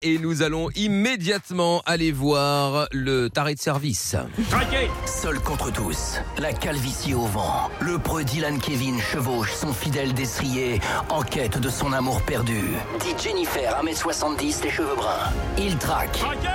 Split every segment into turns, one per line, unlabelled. Et nous allons immédiatement aller voir le taré de service.
Traqué
Seul contre tous, la calvitie au vent, le preux Dylan Kevin chevauche son fidèle destrier en quête de son amour perdu. Dit Jennifer, 1m70, les cheveux bruns. Il traque.
Traqué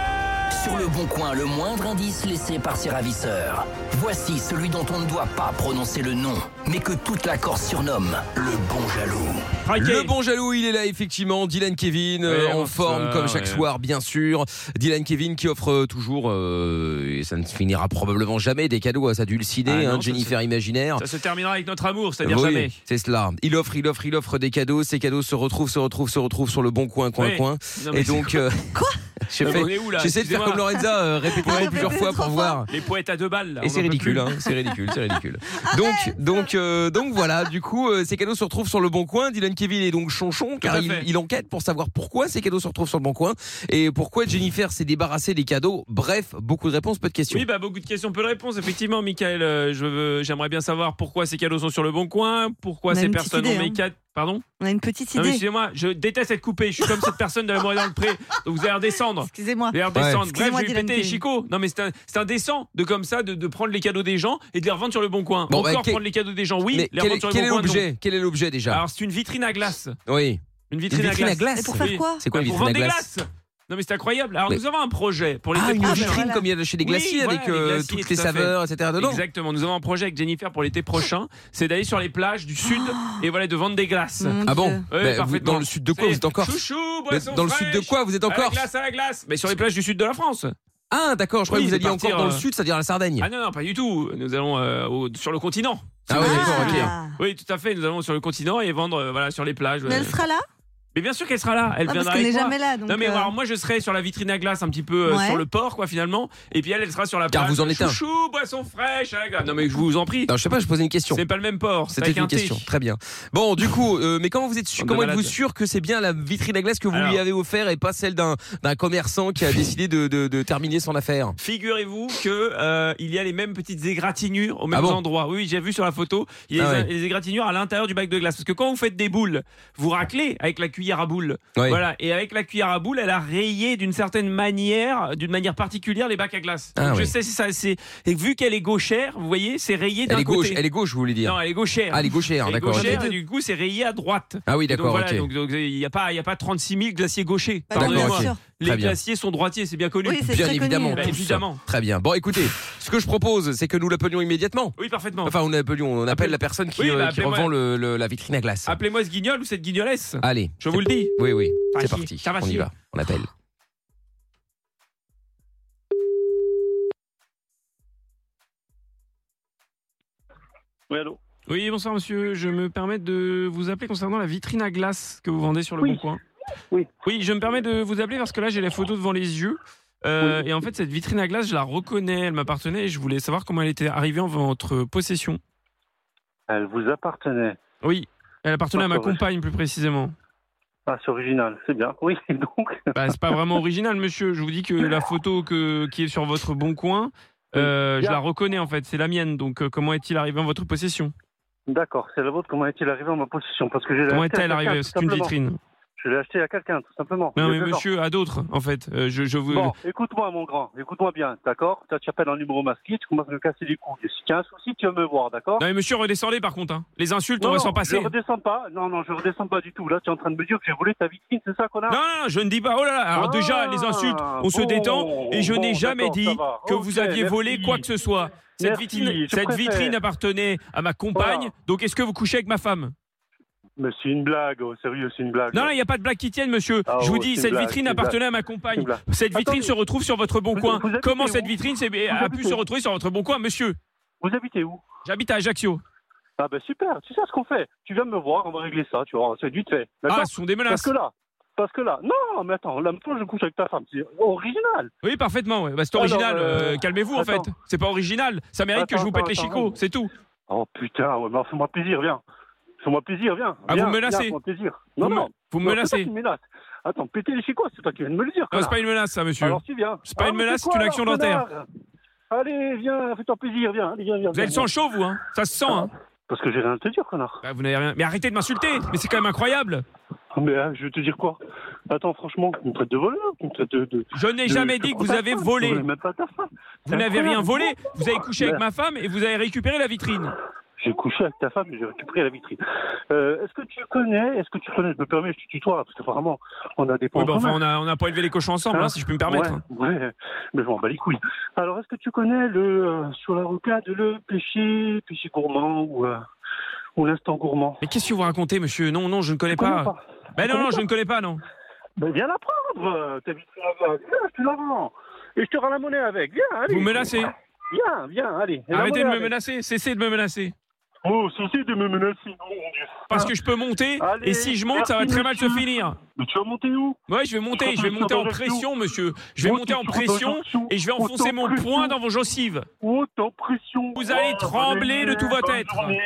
Sur le bon coin, le moindre indice laissé par ses ravisseurs. Voici celui dont on ne doit pas prononcer le nom, mais que toute la Corse surnomme le bon jaloux.
Traqué
Le bon jaloux, il est là effectivement. Dylan Kevin euh,
Ouais,
en
on
forme
sait,
comme chaque
ouais.
soir, bien sûr. Dylan Kevin qui offre euh, toujours euh, et ça ne se finira probablement jamais des cadeaux à sa dulcinée,
Ah
hein,
non, ça,
Jennifer imaginaire.
Ça se terminera avec notre amour, c'est-à-dire
Oui,
jamais.
c'est cela. Il offre, il offre, il offre des cadeaux. Ces cadeaux se retrouvent, se retrouvent, se retrouvent sur le bon coin, coin,
Oui.
coin.
Non, mais
Et
c'est
donc,
quoi
euh, j'ai
Non, mais
fait-
on est où, là
J'essaie de faire
Excusez-moi.
comme Lorenza, euh, répéter
Ah,
plusieurs
répétez
fois pour
trois
voir.
Les poètes à deux balles. là,
Et
on
c'est
en peut
ridicule,
plus.
hein, c'est ridicule, c'est ridicule. Donc, donc, euh, donc voilà. Du coup, euh, ces cadeaux se retrouvent sur le bon coin. Dylan Kevin est donc chonchon car
à
il,
fait.
il enquête pour savoir pourquoi ces cadeaux se retrouvent sur le bon coin et pourquoi Jennifer s'est débarrassée des cadeaux. Bref, beaucoup de réponses, peu de questions.
Oui, bah beaucoup de questions, peu de réponses. Effectivement, Michael, euh, je veux- j'aimerais bien savoir pourquoi ces cadeaux sont sur le bon coin, pourquoi
On a
ces
une petite
personnes
idée,
ont
hein.
mes quatre. Pardon
On a une petite
Non, mais
idée.
excusez-moi, je déteste être coupé. Je suis comme cette personne de la morée dans le pré. Donc vous allez redescendre.
Excusez-moi.
Vous
Ouais.
allez redescendre. Bref,
Excusez-moi,
je vais
Dylan
péter les
Kevin.
chicots. Non, mais c'est un- c'est indécent de comme ça, de, de prendre les cadeaux des gens et de les revendre sur le bon coin.
Bon, bah,
Encore
que-
prendre les cadeaux des gens, oui.
Mais
les
quel,
revendre sur le
quel
bon
est
coin, non.
l'objet Quel est l'objet déjà
Alors, c'est une vitrine à glace.
Oui.
Une
Une
vitrine,
vitrine à glace.
Et pour faire
Oui.
quoi
C'est quoi
Bah,
une
pour
vitrine
vendre
à
des
glace
glaces. Non mais c'est incroyable. Alors
Mais-
nous avons un projet pour les
Ah,
têtes
une
Ah,
prochaines.
vitrine
voilà.
comme il y a de chez les
Oui,
glaciers
voilà,
avec
les
euh,
glaciers,
toutes
tout
les
à fait.
saveurs, etc. dedans.
Exactement. Nous avons un projet avec Jennifer pour l'été prochain, c'est d'aller sur les plages du sud et voilà de vendre des glaces.
Mon
Ah bon
Dieu.
Ouais,
Bah, vous-
parfaitement.
Dans le sud de Ah. quoi
C'est-
vous êtes encore
Chouchou, boisson
Dans le sud de
fraîche,
quoi vous êtes
à la
encore
glace, à la glace. Mais sur les plages du sud de la France.
Ah d'accord, je croyais
Oui,
que vous
de
alliez
partir,
encore dans le
euh,
sud, c'est-à-dire à la Sardaigne.
Ah non, non, pas du tout. Nous allons euh, au- sur le continent.
Ah ouais, d'accord, ok.
Ah.
Oui, tout à fait. Nous allons sur le continent et vendre euh, voilà sur les plages.
Mais elle sera là
Mais bien sûr qu'elle sera là. Elle
Ah, Parce
viendra
qu'on
avec
n'est
moi.
jamais là. donc,
non mais
euh,
alors moi je serai sur la vitrine à glace un petit peu euh,
Ouais.
sur le port quoi finalement et puis elle elle sera sur la
Car
plage.
vous en êtes un.
Chouchou, boisson fraîche à la glace. Non mais je vous en prie.
Non, je sais pas, je posais une question.
C'est pas le même port. c'est
C'était
avec
une
un thé.
question. Très bien. Bon, du coup, euh, mais comment vous êtes sûr,
Bande de
comment êtes-vous
malades.
sûr que c'est bien la vitrine à glace que vous lui
Alors.
avez offert et pas celle d'un d'un commerçant qui a décidé de, de- de terminer son affaire
Figurez-vous que euh, il y a les mêmes petites égratignures aux mêmes
Ah bon
endroits. Oui, oui, j'ai vu sur la photo, il y a
Ah
les, les égratignures à l'intérieur du bac de glace. Parce que quand vous faites des boules, vous raclez avec la cuillère à boules.
Oui.
Voilà. Et avec la cuillère à boules, elle a rayé d'une certaine manière, d'une manière particulière, les bacs à glace.
Ah
Donc, Je
oui.
sais, c'est ça. C'est et vu qu'elle est gauchère, vous voyez, c'est rayé
Elle
d'un
est gauche,
côté.
elle est gauche, je voulais dire.
Non, elle est gauchère.
Ah, elle est gauchère,
Elle est
d'accord. ok.
gauchère, et du coup, c'est rayé à droite.
Ah oui,
Et donc
d'accord,
voilà,
ok.
donc donc, il n'y a, pas- il y a pas 36 000 glaciers gauchers.
bah non,
D'accord,
Pardonnez-moi.
ok.
bien sûr.
Les
Très bien.
glaciers sont droitiers, c'est bien connu.
Oui, c'est
Bien
très
évidemment,
connu.
Bah,
tous.
évidemment.
Très bien. Bon, écoutez, ce que je propose, c'est que nous l'appelions immédiatement.
Oui, parfaitement.
Enfin, on l'appelions, on appelle la personne qui,
Oui,
euh,
bah,
qui
appelez-moi.
revend le- le- la vitrine à glace.
Appelez-moi ce guignol ou cette guignolesse.
Allez,
Je vous le dis.
oui, oui, c'est
Tachi,
parti.
Tachi.
On y va, on appelle.
Oui, allô
Oui, bonsoir monsieur. Je me permets de vous appeler concernant la vitrine à glace que vous vendez sur le
Oui.
Bon Coin.
Oui.
Oui, je me permets de vous appeler parce que là j'ai la photo devant les yeux. Euh, Et en fait, cette vitrine à glace, je la reconnais, elle m'appartenait et je voulais savoir comment elle était arrivée en votre possession.
Elle vous appartenait.
Oui, elle appartenait à ma
Parfois, ouais.
compagne plus précisément.
Ah, c'est original, c'est bien. Oui, donc.
Bah, c'est pas vraiment original, monsieur. Je vous dis que la photo que, qui est sur votre bon coin, euh, je la reconnais en fait, c'est la mienne. Donc, euh, comment est-il arrivé en votre possession
D'accord, c'est la vôtre. Comment est-il arrivé en ma possession Parce que je l'ai
Comment
acheté à
est-elle
quelqu'un,
arrivée
tout
C'est une
simplement.
vitrine.
Je l'ai acheté à quelqu'un, tout simplement.
Non, mais
Il y a deux ans.
monsieur, à d'autres en fait. Euh, je, je vous.
Bon, écoute-moi, mon grand. Écoute-moi bien, d'accord Toi, tu appelles un numéro masqué, tu commences à me casser les couilles. Si tu as un souci, tu vas me voir, d'accord
Non, mais monsieur, redescendez par contre. hein. Les insultes,
Non,
on va
non,
s'en passer.
Je redescends pas. Non, non, je redescends pas du tout. Là, tu es en train de me dire que j'ai volé ta vitrine, c'est ça, connard
Non, non, non, je ne dis pas. Oh là là, alors
Ah,
déjà, les insultes, on se
bon,
détend et je n'ai
bon,
jamais
d'accord,
dit
ça va.
que
Ok,
vous aviez volé
merci.
quoi que ce soit. Cette,
Merci,
vitrine,
je
cette
préfère.
vitrine appartenait à ma compagne,
Voilà.
donc est-ce que vous couchez avec ma femme
Mais c'est une blague, oh, sérieux, c'est une blague.
Non, non, il n'y a pas de blague qui tienne, monsieur.
Ah,
je vous
oh,
dis,
c'est une
cette
blague,
vitrine
c'est une
appartenait à ma
C'est
compagne.
une blague.
Cette vitrine
Attendez.
se retrouve sur votre bon
Vous-
coin.
vous habitez
Comment
où
cette vitrine s'est- a pu
habitez
se
où
retrouver sur votre bon coin, monsieur
Vous habitez où
J'habite à Ajaccio.
Ah ben super, tu sais ce qu'on fait. Tu viens me voir, on va régler ça, tu vois, c'est vite fait. D'accord
Ah, ce sont des
Parce
menaces.
que là, parce que là, non, mais attends, là maintenant je couche avec ta femme, c'est original.
Oui, parfaitement. ouais. Bah, c'est
Alors,
original.
euh,
euh, Calmez-vous, en fait.
attends.
C'est pas original. Ça mérite que je
Attends,
vous pète les
attends,
chicots,
attends.
c'est tout.
Oh putain, ouais, mais fais-moi plaisir, viens. Fais-moi plaisir, viens.
Ah, vous
Viens,
me menacez.
viens, Fais-moi plaisir. Non,
vous, me-
non,
vous me
non, C'est toi
menacez.
qui me menaces. Attends, péter les chicots, c'est toi qui viens de me le dire.
Non,
connard.
c'est pas une menace, ça, monsieur.
Alors tu viens.
C'est pas
Ah,
une
mais
menace,
quoi,
c'est une
alors,
action dentaire.
connard Allez, viens, fais-toi plaisir, viens, allez, viens, viens.
vous avez le sang
viens.
chaud, vous, hein Ça se sent, hein
Parce que j'ai rien à te dire, connard.
Bah, Vous n'avez rien. Mais arrêtez de m'insulter Mais c'est quand même incroyable
Mais hein, je vais te dire quoi Attends, franchement, tu me traites de voleur, tu me traites de. de-
Je n'ai
de-
jamais
je
dit que
comprends
vous
pas
avez
ça, je
volé.
comprends même pas ta femme.
Vous n'avez rien
incroyable.
volé, vous avez couché avec
Ouais.
ma femme et vous avez récupéré la vitrine.
J'ai couché avec ta femme et j'ai récupéré la vitrine. Euh, est-ce que tu connais, est-ce que tu connais, je me permets, je te tutoie, parce que vraiment, on a des points
Oui, bah,
communs.
enfin, on n'a on a pas élevé les cochons ensemble,
Hein
hein, si je peux me permettre. hein.
Ouais, ouais, mais je m'en bats les couilles. Alors, est-ce que tu connais le euh, sur la rocade le péché, péché gourmand ou, euh, ou l'instant gourmand
Mais qu'est-ce que vous racontez, monsieur Non, non, je ne connais
Tu connais
pas. Ben non, non, je ne connais pas, non.
Ben, viens la prendre euh, T'as vu que tu la vends. Viens, je te la vends Et je te rends la monnaie avec, viens, allez
Vous menacez.
Eh Viens, viens, allez Et la
Arrêtez de
monnaie
me menacer, cessez de me menacer.
avec. Oh, cessez de me menacer, oh, mon Dieu
Parce que je peux monter
Allez,
et si je monte, ça va
merci,
très mal se
monsieur.
finir.
Mais tu vas monter où
Ouais, je vais monter, je vais monter en pression, monsieur. Je vais monter en pression et je vais enfoncer mon poing dans vos gencives.
Autant pression
Vous allez
Oh,
trembler de tout votre
bonne
être.
journée.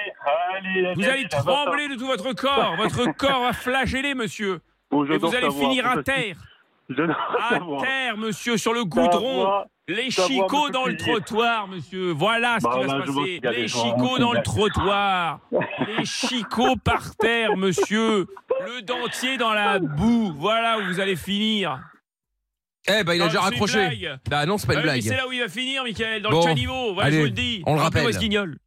Allez, allez,
Vous
allez,
allez
la bâtarde.
trembler de tout votre corps. Votre corps va flageller, monsieur.
Bon,
Et
j'adore
vous allez
ta voix,
finir à
fantastique.
terre.
J'adore
À
ta voix.
terre, monsieur, sur le
Ta
goudron.
voix,
Les
ta voix me
chicots
fait
dans le
plaisir.
trottoir, monsieur. Voilà ce
Bah,
qui va
là,
se
je vois
passer.
qu'il y a des
Les
gens
chicots
qui
dans le
gagnent.
trottoir. Les chicots par terre, monsieur. Le dentier dans la boue. Voilà où vous allez finir.
Eh ben, il a déjà
Non, c'est une
raccroché.
blague.
Bah non, c'est pas une
Ah oui, mais C'est
blague.
là où il va finir, Michael, dans
Bon,
le caniveau. Voilà,
allez,
je vous le dis.
on le rappelle.
Rappelez-moi ce guignol.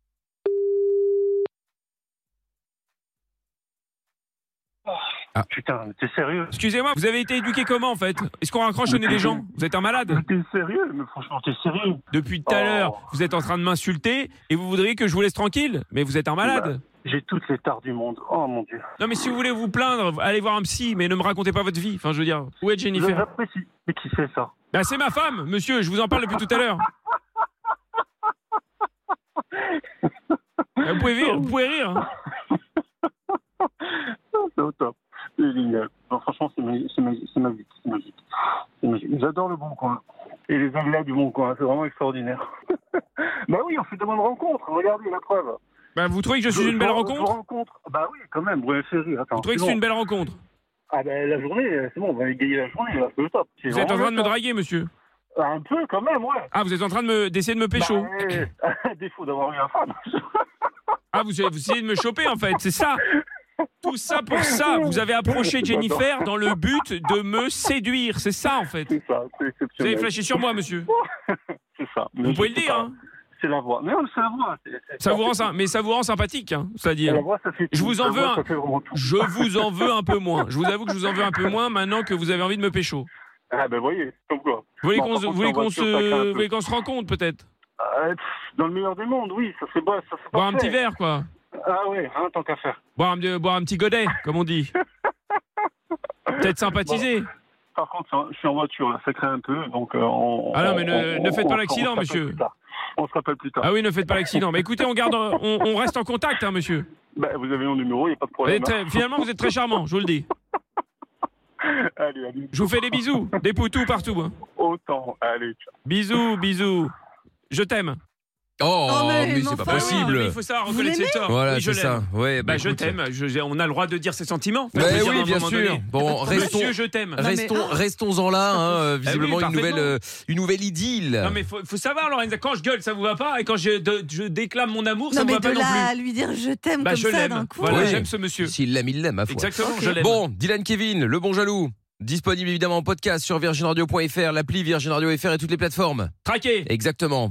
Putain, t'es sérieux
Excusez-moi, vous avez été éduqué comment en fait Est-ce qu'on raccroche au nez des gens Vous êtes un malade.
T'es sérieux Mais franchement, t'es sérieux
Depuis tout à
Oh.
l'heure, vous êtes en train de m'insulter et vous voudriez que je vous laisse tranquille. Mais vous êtes un malade.
J'ai toutes les tares du monde. Oh mon dieu.
Non, mais si vous voulez vous plaindre, allez voir un psy, mais ne me racontez pas votre vie. Enfin, je veux dire, où est Jennifer
J'apprécie. Mais qui c'est ça
Bah, c'est ma femme, monsieur, je vous en parle depuis tout à l'heure. Bah, Vous pouvez rire, vous pouvez rire. hein.
C'est au top. C'est génial. Non, franchement, c'est magique. C'est magique. C'est magique. C'est magique. C'est magique. J'adore le bon coin. Et les anglais du bon coin. C'est vraiment extraordinaire. bah oui, on fait de bonnes rencontres. Regardez la preuve.
Bah, vous trouvez que je suis une belle
Je- je
rencontre
rencontre. Bah oui, quand même. Ouais, chérie. Attends.
Vous trouvez que
c'est
c'est
bon.
une belle rencontre
Ah bah la journée, euh, c'est bon, on va égayer la journée. là, C'est le top. C'est
Vous êtes en
vraiment
train de me
le top.
draguer, monsieur
Un peu quand même, ouais.
Ah, vous êtes en train de me- d'essayer de me pécho
Bah, ouais, à défaut d'avoir eu un femme.
Ah, vous, vous essayez de me choper en fait, c'est ça Tout ça pour ça Vous avez approché Jennifer dans le but de me séduire, c'est ça en fait
C'est ça, c'est
Vous avez
exceptionnel.
flashé sur moi, monsieur
C'est ça. Mais
Vous
je
pouvez le
sais
dire,
pas.
hein
C'est la voix. Mais non, c'est la voix. c'est- c'est-
Ça vous rend, ça- mais ça vous rend sympathique, hein, c'est-à-dire.
La voix, ça fait
Je
tout.
vous en
La
veux
voix,
un.
ça fait vraiment tout.
Je vous en veux un peu moins. Je vous avoue que je vous en veux un peu moins maintenant que vous avez envie de me pécho.
Ah ben voyez, c'est comme quoi.
Vous voulez
Bon,
qu'on
par
se,
contre,
vous voulez
en
qu'on
voiture,
se-
ça craint un peu.
vous voulez qu'on se rencontre peut-être
Euh, pff, dans le meilleur des mondes, oui, ça c'est pas, ça c'est
Boire un
parfait.
petit verre, quoi.
Ah ouais, hein, tant qu'à faire.
Boire un, euh, boire un petit godet, comme on dit. Peut-être sympathiser.
Par contre, c'est en- je suis en voiture, là, ça craint un peu, donc euh, on.
Ah non, mais ne-
on-
ne faites
on-
pas
on-
l'accident,
on se rappelle
monsieur.
plus tard. On se rappelle plus tard.
Ah oui, ne faites pas l'accident. Mais écoutez, on, garde, on, on reste en contact, hein, monsieur.
Bah, vous avez mon numéro, il n'y a pas de
Vous
problème.
êtes très- finalement, vous êtes très charmant, je vous le dis.
hein. Allez, allez,
Je vous fais des bisous, des poutous partout. hein.
autant. Allez, ciao.
Bisous, bisous. Je t'aime.
Oh,
Non, mais-
mais
mais
c'est pas
enfin,
Mais Ah Il
possible.
faut savoir
Vous
reconnaître ses torts.
Voilà,
Oui, je
c'est ça.
l'aime.
Ouais,
Bah, je
Eh ben, écoute.
t'aime. Je- j'ai- on a le droit de dire ses sentiments. Faut le
Ouais,
dire à
oui,
un
bien
moment
sûr.
donné.
Bon, restons,
Monsieur, je t'aime.
Non, mais-
restons, restons en là. hein, euh, visiblement, une
Ah parfaitement.
nouvelle, euh, une nouvelle idylle.
Non mais faut, faut savoir Lorenza, quand je gueule ça vous va pas et quand je, de- je déclame mon amour ça
non,
vous
mais
va
de
pas non
là à
plus.
lui dire je t'aime
Bah
comme
je
ça d'un
l'aime.
coup.
euh,
Voilà
Ouais.
j'aime ce monsieur.
S'il l'aime, il l'aime, à foi.
Exactement je l'aime.
Bon, Dylan Kevin, le bon jaloux. Disponible évidemment en podcast sur virginradio.fr, l'appli Virgin Radio FR et toutes les plateformes.
traqué.
Exactement.